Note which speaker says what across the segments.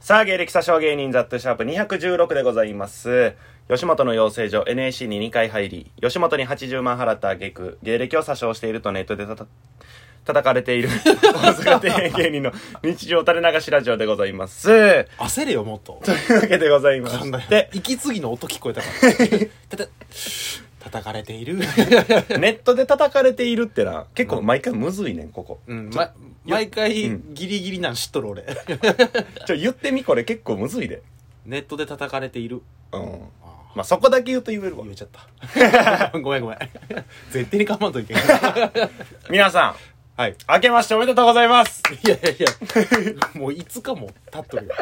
Speaker 1: さあ、芸歴詐称芸人ザットシャープ216でございます。吉本の養成所 NAC に2回入り、吉本に80万払った挙句、芸歴を詐称しているとネットでたた叩かれている大阪底辺芸人の日常垂れ流しラジオでございます。
Speaker 2: 焦れよもっと
Speaker 1: というわけでございまして、
Speaker 2: 息継ぎの音聞こえたから たた叩かれている
Speaker 1: ネットで叩かれているってな、結構毎回むずいねん、ここ。
Speaker 2: うん、ま、毎回ギリギリなん知っとる俺
Speaker 1: ちょ、言ってみこれ結構むずいで。
Speaker 2: ネットで叩かれている
Speaker 1: うん。
Speaker 2: あ
Speaker 1: まあ、そこだけ言うと言えるわ
Speaker 2: 言。えちゃった ごめんごめん絶対に構わん といけない
Speaker 1: 皆さん、
Speaker 2: はい
Speaker 1: 明けましておめでとうございます
Speaker 2: いやいやいやもういつかも経っとるよ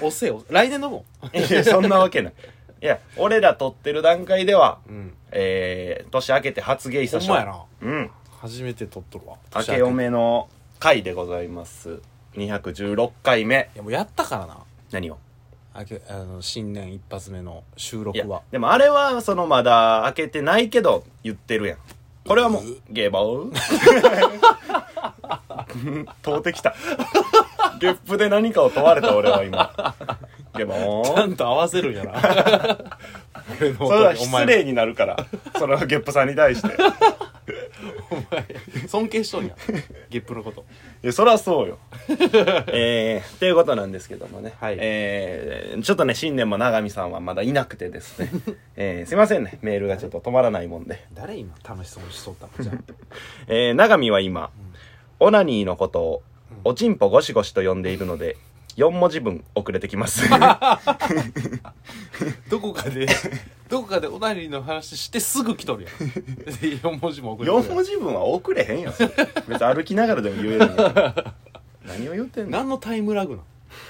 Speaker 2: 遅せよ来年のも
Speaker 1: いやそんなわけない。いや、俺ら撮ってる段階では、
Speaker 2: うん
Speaker 1: えー、年明けて初芸
Speaker 2: ほ
Speaker 1: 者
Speaker 2: んまやな
Speaker 1: うん。
Speaker 2: 初めて撮っとるわ
Speaker 1: 明けおめの回でございます。216回目。
Speaker 2: いやもうやったからな
Speaker 1: 何を
Speaker 2: 明けあの新年一発目の収
Speaker 1: いや
Speaker 2: 録は、
Speaker 1: でもあれは、そのまだ明けてないけど、言ってるやん。これはもう、ゲボ ー。問うてきた。ゲップで何かを問われた俺は今。ゲボ
Speaker 2: ちゃ
Speaker 1: ー。
Speaker 2: んと合わせるんや な。俺の
Speaker 1: それ
Speaker 2: 音
Speaker 1: は
Speaker 2: にお前
Speaker 1: 失礼になるから。そのゲップさんに対して。
Speaker 2: お前尊敬しとんや。ゲップのこと。
Speaker 1: いや、そりゃそう よ。えー、っていうことなんですけどもね。
Speaker 2: はい
Speaker 1: えー、ちょっとね、新年も永見さんはまだいなくてです ね。えー、すいませんね。メールがちょっと止まらないもんで。
Speaker 2: 誰今楽しそうにしとったのじゃあ。
Speaker 1: えー、永見は今、オナニーのことを、おちんぽゴシゴシと呼んでいるので、4文字分 遅れてきます。
Speaker 2: どこかで、どこかでオナニーの話してすぐ来とるやん。で、4文字も送る。
Speaker 1: 4文
Speaker 2: 字
Speaker 1: 字分は遅れへんやん。それ別に歩きながらでも言えるのに 何を言ってんの
Speaker 2: 何のタイムラグ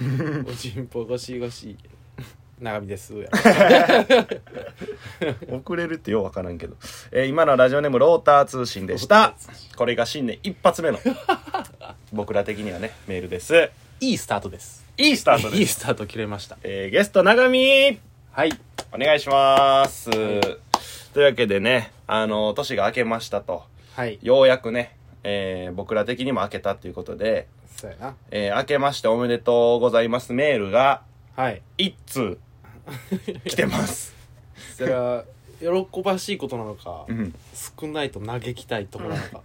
Speaker 2: なの おちんぽゴシゴシ。長見です。や
Speaker 1: 遅れるってようわからんけど、えー今のラジオネームローター通信でしたこれが新年一発目の 僕ら的にはねメールです
Speaker 2: いいスタートです。
Speaker 1: いいスタート
Speaker 2: い
Speaker 1: で
Speaker 2: い
Speaker 1: す、
Speaker 2: スタート切れました。
Speaker 1: えーゲスト永見
Speaker 2: はい。
Speaker 1: お願いします、
Speaker 2: い
Speaker 1: というわけでねあの年が明けましたと
Speaker 2: はい。
Speaker 1: ようやくね、えー僕ら的にも明けたということで、
Speaker 2: そうやな。
Speaker 1: えー明けましておめでとうございますメールが
Speaker 2: はい。
Speaker 1: 一通来て ます
Speaker 2: それは、喜ばしいことなのか
Speaker 1: う、ん
Speaker 2: 少ないと嘆きたいところなのか。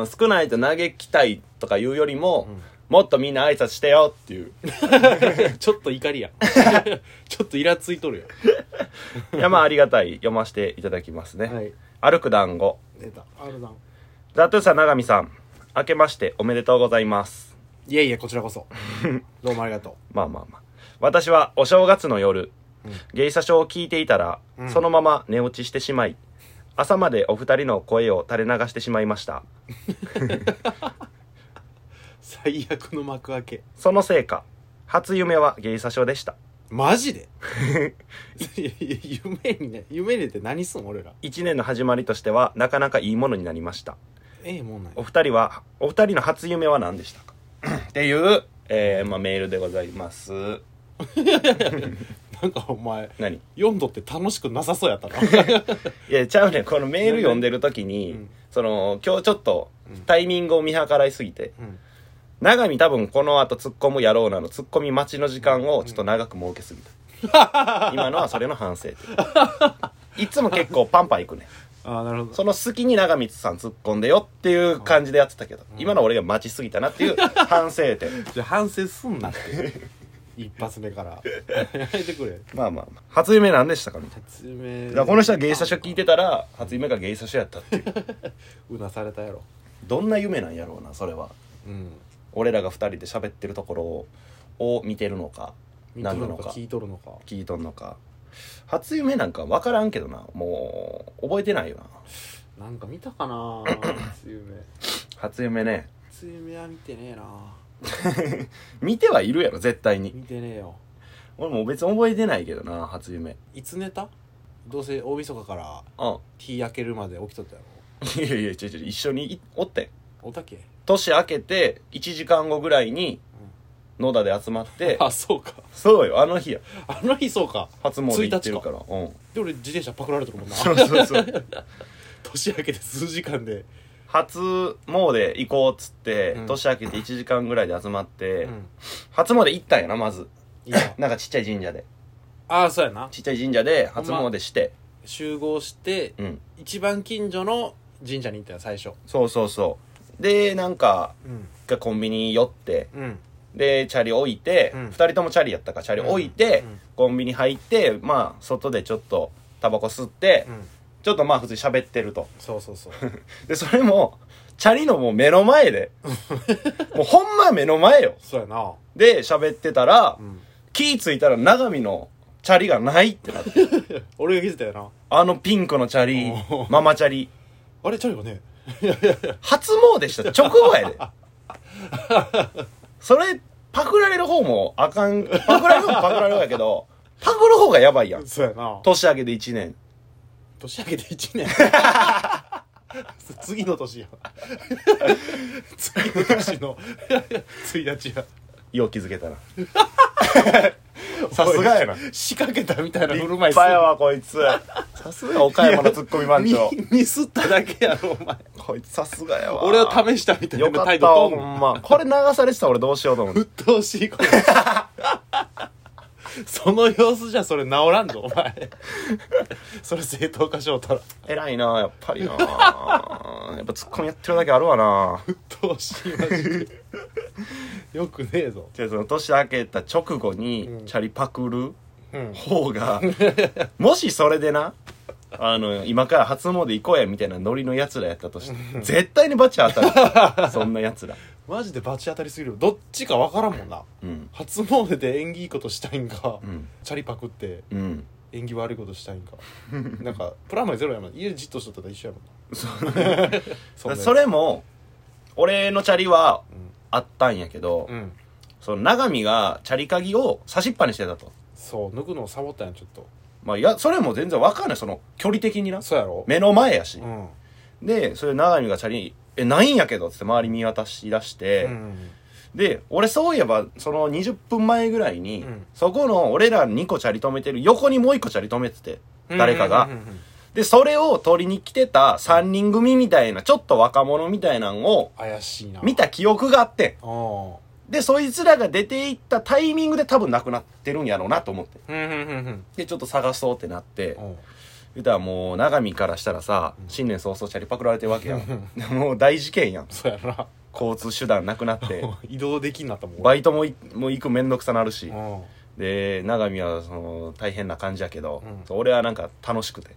Speaker 1: うん、少ないと嘆きたいとかいうよりも、
Speaker 2: うん
Speaker 1: もっとみんな挨拶してよって いう。
Speaker 2: ちょっと怒りやん。 ちょっとイラついとるよ。
Speaker 1: いや、まあありがたい。読ませていただきますね。
Speaker 2: はい。
Speaker 1: 歩く団子。
Speaker 2: 出た。あるな。
Speaker 1: ザトゥーさん、長見さん。明けましておめでとうございます。
Speaker 2: いえいえ、こちらこ そ。どうもありがと
Speaker 1: まあまあまあ。私はお正月の夜、
Speaker 2: うん
Speaker 1: 芸者書を聞いていたら、
Speaker 2: うん
Speaker 1: そのまま寝落ちしてしまい、朝までお二人の声を垂れ流してしまいました。
Speaker 2: う。最悪の幕開け。
Speaker 1: そのせいか、初夢は芸者書でした。
Speaker 2: マジ でいやいや夢にね、夢に出て何すん俺ら。
Speaker 1: 一年の始まりとしては、なかなかいいものになりました。
Speaker 2: ええもんなんや
Speaker 1: お二人は、お二人の初夢は何でしたか っていう、えー、まあメールでございます。
Speaker 2: なんかお前、
Speaker 1: 何
Speaker 2: 読んどって楽しくなさそうやった な。
Speaker 1: いや、ちゃうねんこのメール読んでる時に、
Speaker 2: うん
Speaker 1: その、今日ちょっと
Speaker 2: うん
Speaker 1: タイミングを見計らいすぎて、
Speaker 2: うん
Speaker 1: 長見多分この後突っ込むやろうなの、突っ込み待ちの時間をちょっと長く設けすぎ た。今のはそれの反省点。いつも結構パンパンいくねん。
Speaker 2: ああ、なるほど。
Speaker 1: その好きに長光さん突っ込んでよっていう感じでやってたけど、今の俺が待ちすぎたなっていう反省点。
Speaker 2: じゃあ反省すんなって。 一発目から。 やめてくれ。
Speaker 1: まあまあまあ。初夢何でしたかみたいな。
Speaker 2: 説明。
Speaker 1: だからこの人は芸者書聞いてたら、初夢が芸者書やったっていう。
Speaker 2: うなされたやろ。
Speaker 1: どんな夢なんやろうな、それは。
Speaker 2: うん。
Speaker 1: 俺らが2人で喋ってるところをを見てるのか
Speaker 2: 見とる
Speaker 1: 何な
Speaker 2: の
Speaker 1: の
Speaker 2: か
Speaker 1: か
Speaker 2: 聞いとるのか。
Speaker 1: 聞いとんのか初夢なんか分からんけどなもう覚えてないよな
Speaker 2: なんか見たかな 初夢
Speaker 1: 初夢ね
Speaker 2: 初夢は見てねえな
Speaker 1: 見てはいるやろ絶対に
Speaker 2: 見てねえよ
Speaker 1: 俺も別に覚えてないけどな初夢
Speaker 2: いつ寝たどうせ大晦日から
Speaker 1: うん
Speaker 2: 日焼けるまで起きとったやろ
Speaker 1: いやいやちょいちょい一緒にいおってん
Speaker 2: おたけ、
Speaker 1: 年明けて1時間後ぐらいに野田で集ま って
Speaker 2: あそうか
Speaker 1: そうよあの日や
Speaker 2: あの日そうか
Speaker 1: 初詣行ってるからうん
Speaker 2: で俺自転車パクられてるもんな
Speaker 1: そうそうそう
Speaker 2: 年明けて数時間で、
Speaker 1: 初詣行こうっつって、
Speaker 2: うん
Speaker 1: 年明けて1時間ぐらいで集まって、
Speaker 2: うん
Speaker 1: 初詣行ったんやなまず
Speaker 2: いや
Speaker 1: なんかちっちゃい神社で
Speaker 2: ああそうやな
Speaker 1: ちっちゃい神社で
Speaker 2: ほん
Speaker 1: 初
Speaker 2: ま
Speaker 1: 詣して、
Speaker 2: 集合して
Speaker 1: うん
Speaker 2: 一番近所の神社に行ったよ最初
Speaker 1: そうそうそうでなんか
Speaker 2: うん
Speaker 1: 一回コンビニ寄って
Speaker 2: うん
Speaker 1: でチャリ置いて、
Speaker 2: うん
Speaker 1: 二人ともチャリやったからチャリ置いて、
Speaker 2: うん
Speaker 1: コンビニ入ってまあ外でちょっとタバコ吸って、
Speaker 2: うん
Speaker 1: ちょっとまあ普通に喋ってると
Speaker 2: そうそう そう
Speaker 1: でそれもチャリのもう目の前 でもうほんま目の前よ
Speaker 2: そうやな
Speaker 1: で喋ってたら、
Speaker 2: うん
Speaker 1: 気ぃついたら長見のチャリがないってなって
Speaker 2: 俺が気づいたよな
Speaker 1: あのピンクのチャリ
Speaker 2: おー
Speaker 1: ママチャリ
Speaker 2: あれチャリがね
Speaker 1: 初詣した直後 やでそれパクられる方もあかんパクられる方もパクられる方やけどパクる方がやばいやん
Speaker 2: そうやな
Speaker 1: 年明けで1年
Speaker 2: 年明けて1年 次の年や 次の年の1日や
Speaker 1: よう気づけたらさすがやな
Speaker 2: おい仕掛けたみたいな振
Speaker 1: 立
Speaker 2: る舞いす
Speaker 1: 派やわこいつさすが岡山のツッコミ番長
Speaker 2: るミミスっただけやろお前
Speaker 1: こいつさすがやわ
Speaker 2: 俺を試したみたい
Speaker 1: よ
Speaker 2: な
Speaker 1: かっ
Speaker 2: 態
Speaker 1: た
Speaker 2: 度
Speaker 1: わ
Speaker 2: とん
Speaker 1: ほ
Speaker 2: の
Speaker 1: んまこれ流されてたら俺どうしようと思って
Speaker 2: 鬱陶しいこと その様子じゃそれ治らんぞお前それ正当化しようたら
Speaker 1: 偉いなやっぱ りなやっぱツッコミやってるだけあるわな
Speaker 2: 鬱陶しいマジでよくねえぞ
Speaker 1: じゃあその年明けた直後に
Speaker 2: うん
Speaker 1: チャリパクる
Speaker 2: うん
Speaker 1: 方がもしそれでなあの今から初詣行こうやみたいなノリのやつらやったとして絶対にバチ当た るそんなやつら
Speaker 2: マジでバチ当たりすぎるよどっちかわからんもんな
Speaker 1: うん
Speaker 2: 初詣で縁起いいことしたいんか、
Speaker 1: うん
Speaker 2: チャリパクって
Speaker 1: うん
Speaker 2: 縁起悪いことしたいん かなんかプラマイゼロやもん家でじっとしとったら一緒やもんなそんなやつ
Speaker 1: それも俺のチャリはあったんやけど、
Speaker 2: うん、うん、
Speaker 1: その長見がチャリ鍵を差しっぱにしてたと
Speaker 2: そう抜くのをサボったんやちょっと
Speaker 1: まあいやそれも全然わかんないその距離的にな
Speaker 2: そうやろ
Speaker 1: 目の前やし
Speaker 2: う、ん
Speaker 1: でそれ長見がチャリ「えないんやけど」っつって周り見渡し出して、
Speaker 2: うん
Speaker 1: で俺そういえばその20分前ぐらいに、
Speaker 2: うん
Speaker 1: そこの俺ら2個チャリ止めてる横にもう1個チャリ止めてて誰かが、
Speaker 2: うんうんうんうん
Speaker 1: でそれを取りに来てた3人組みたいなちょっと若者みたいなんを
Speaker 2: 怪しいな
Speaker 1: 見た記憶があって
Speaker 2: ああ
Speaker 1: でそいつらが出て行ったタイミングで多分なくなってるんやろうなと思って
Speaker 2: うんうんうんうん
Speaker 1: でちょっと探そうってなって
Speaker 2: おう
Speaker 1: 言うたらもう長見からしたらさ新年早々チャリパクられてるわけやん もう大事件やん
Speaker 2: そうやな
Speaker 1: 交通手段なくなって
Speaker 2: 移動できんなったもん
Speaker 1: バイトもいもう行く面倒くさなるし
Speaker 2: うん
Speaker 1: で永見はその大変な感じやけど、
Speaker 2: うん
Speaker 1: そう俺はなんか楽しくて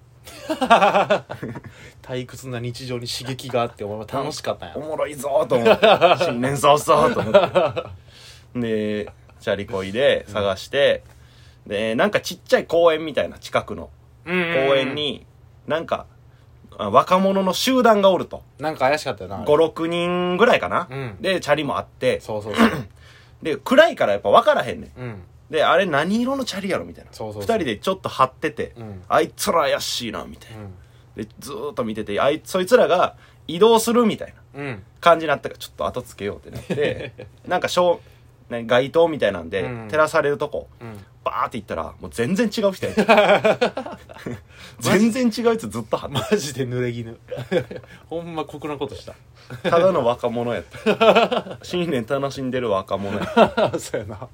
Speaker 2: 退屈な日常に刺激があってお前は楽しかったんや
Speaker 1: おもろいぞーと思って 新年早々と思ってでチャリこいで探して、でなんかちっちゃい公園みたいな近くの
Speaker 2: 公
Speaker 1: 公園になんかあ若者の集団がおると
Speaker 2: なんか怪しかったよなあれ
Speaker 1: 56人ぐらいかな、
Speaker 2: うん
Speaker 1: でチャリもあって
Speaker 2: そうそうそう
Speaker 1: で暗いからやっぱ分からへんねん
Speaker 2: うん
Speaker 1: であれ何色のチャリやろみたいな
Speaker 2: そうそうそう
Speaker 1: 2人でちょっと張ってて、
Speaker 2: うん
Speaker 1: あいつら怪しいなみたいな
Speaker 2: う。ん
Speaker 1: でずーっと見ててあいそいつらが移動するみたいな
Speaker 2: うん
Speaker 1: 感じになったからちょっと後つけようってなって なんか小ね街灯みたいなんで
Speaker 2: うん
Speaker 1: 照らされるとこ
Speaker 2: うん
Speaker 1: バーって行ったらもう全然違う人やった 全然違うやつずっと貼って
Speaker 2: マジで濡れ衣 ほんま酷なことした
Speaker 1: ただの若者やった 新年楽しんでる若者やった
Speaker 2: そうやな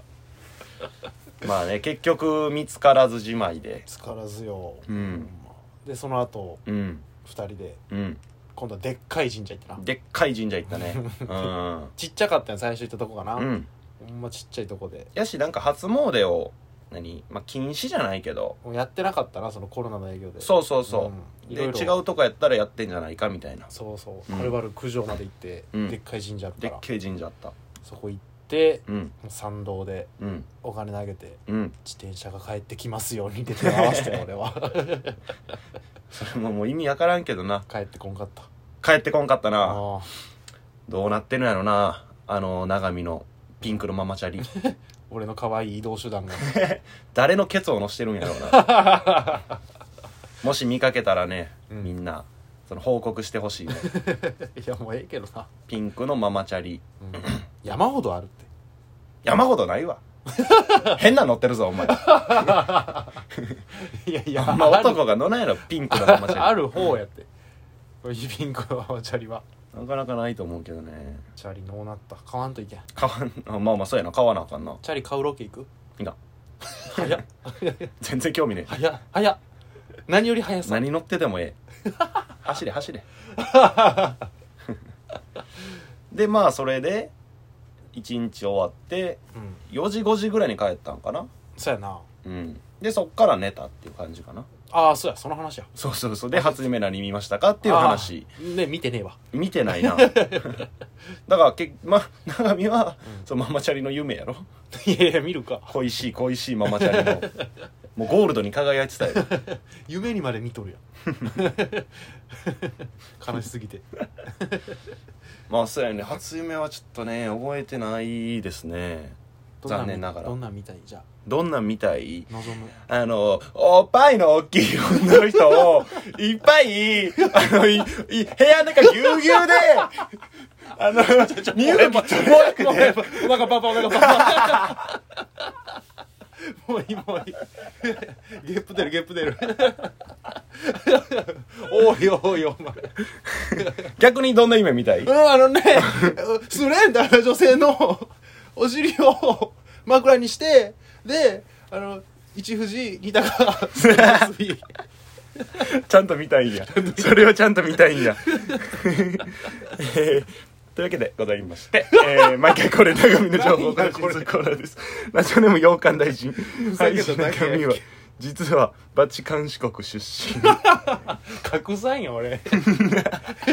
Speaker 1: まあね結局見つからずじまいで
Speaker 2: 力強い
Speaker 1: うん
Speaker 2: でその後
Speaker 1: うん
Speaker 2: 二人で
Speaker 1: うん
Speaker 2: 今度はでっかい神社行ったな
Speaker 1: でっかい神社行った ねうん
Speaker 2: ちっちゃかったんや最初行ったとこかな
Speaker 1: うん
Speaker 2: ほんまちっちゃいとこで
Speaker 1: やしなんか初詣を何まあ禁止じゃないけど
Speaker 2: もうやってなかったなそのコロナの営業で
Speaker 1: そうそうそう、
Speaker 2: うん
Speaker 1: で
Speaker 2: いろいろ
Speaker 1: 違うとこやったらやってんじゃないかみたいな
Speaker 2: そうそう
Speaker 1: うん
Speaker 2: はるばる九条まで行って、
Speaker 1: うん
Speaker 2: でっかい神社あった
Speaker 1: でっ
Speaker 2: ら
Speaker 1: けえ神社あった
Speaker 2: そこ行って
Speaker 1: うん
Speaker 2: 参道で
Speaker 1: うん
Speaker 2: お金投げて
Speaker 1: うん
Speaker 2: 自転車が帰ってきますようにって手を合わせて俺 は
Speaker 1: それももう意味わからんけどな
Speaker 2: 帰ってこんかった
Speaker 1: 帰ってこんかったな
Speaker 2: ああ
Speaker 1: どうなってんのやろなあの長見のピンクのママチャ リ
Speaker 2: 俺の可愛い移動手段が
Speaker 1: 誰のケツを乗してるんやろうな もし見かけたらね、
Speaker 2: うん
Speaker 1: みんなその報告してほしい ね
Speaker 2: いやもうええけどな、
Speaker 1: ピンクのママチャリ
Speaker 2: うん山ほどあるって
Speaker 1: 山ほどないわ変な乗ってるぞお 前
Speaker 2: いやい
Speaker 1: あ
Speaker 2: や、
Speaker 1: んま
Speaker 2: ある
Speaker 1: 男が乗らんやろピンクのママチ
Speaker 2: あ
Speaker 1: ャリ
Speaker 2: る方やって指ピンクのママチャリは
Speaker 1: なかなかないと思うけどね
Speaker 2: チャリのうなった買わんといけん
Speaker 1: 買わんあまあまあそうやな買わなあかんな
Speaker 2: チャリ買うロケ行く
Speaker 1: いいな
Speaker 2: 早っ早っ
Speaker 1: 全然興味ねえ
Speaker 2: 早っ早っ何より速さ
Speaker 1: 何乗っててもええ 走れ走れ でまあそれで1日終わって
Speaker 2: うん
Speaker 1: 4時5時ぐらいに帰ったんかな
Speaker 2: そうやな
Speaker 1: うんでそっから寝たっていう感じかな
Speaker 2: ああそうやその話やっ
Speaker 1: そうそうそうで初夢何見ましたかっていう話
Speaker 2: ね見てねえわ
Speaker 1: 見てないなだからけま長見は、そのママチャリの夢やろ
Speaker 2: いやいや見るか
Speaker 1: 恋しい恋しいママチャリのもうゴールドに輝いてたよ
Speaker 2: 夢にまで見とる やん悲しすぎて
Speaker 1: まあそうやね初夢はちょっとね覚えてないですね
Speaker 2: どんん
Speaker 1: 残念ながら
Speaker 2: どんなん見たいじゃ
Speaker 1: どんなんみたい
Speaker 2: あ望む
Speaker 1: あの、おっぱいの大きい女の人を、いっぱい、あの、い、い、部屋の中ぎゅうぎゅうで、あの、身動き取れなく
Speaker 2: もうやっぱ
Speaker 1: て、
Speaker 2: お腹パンパンお腹パンパンもういいもういいゲップ出るゲップ出るおいおいお前
Speaker 1: 逆にどんな夢みたい
Speaker 2: うん、あのね、スレンダーな女性のお尻を枕にして、で、あの、一富士、二鷹、 三つ
Speaker 1: ちゃんと見たいんや。それをちゃんと見たい んや。えーというわけでございまして、えー毎回これ長見の情報を更新するコーナーです。ラジオネーム洋館大臣。
Speaker 2: ざ
Speaker 1: 配
Speaker 2: けた
Speaker 1: 信
Speaker 2: だけやん
Speaker 1: 中
Speaker 2: け
Speaker 1: 身は、実はバチカン四国出身。
Speaker 2: 隠さんよ、俺。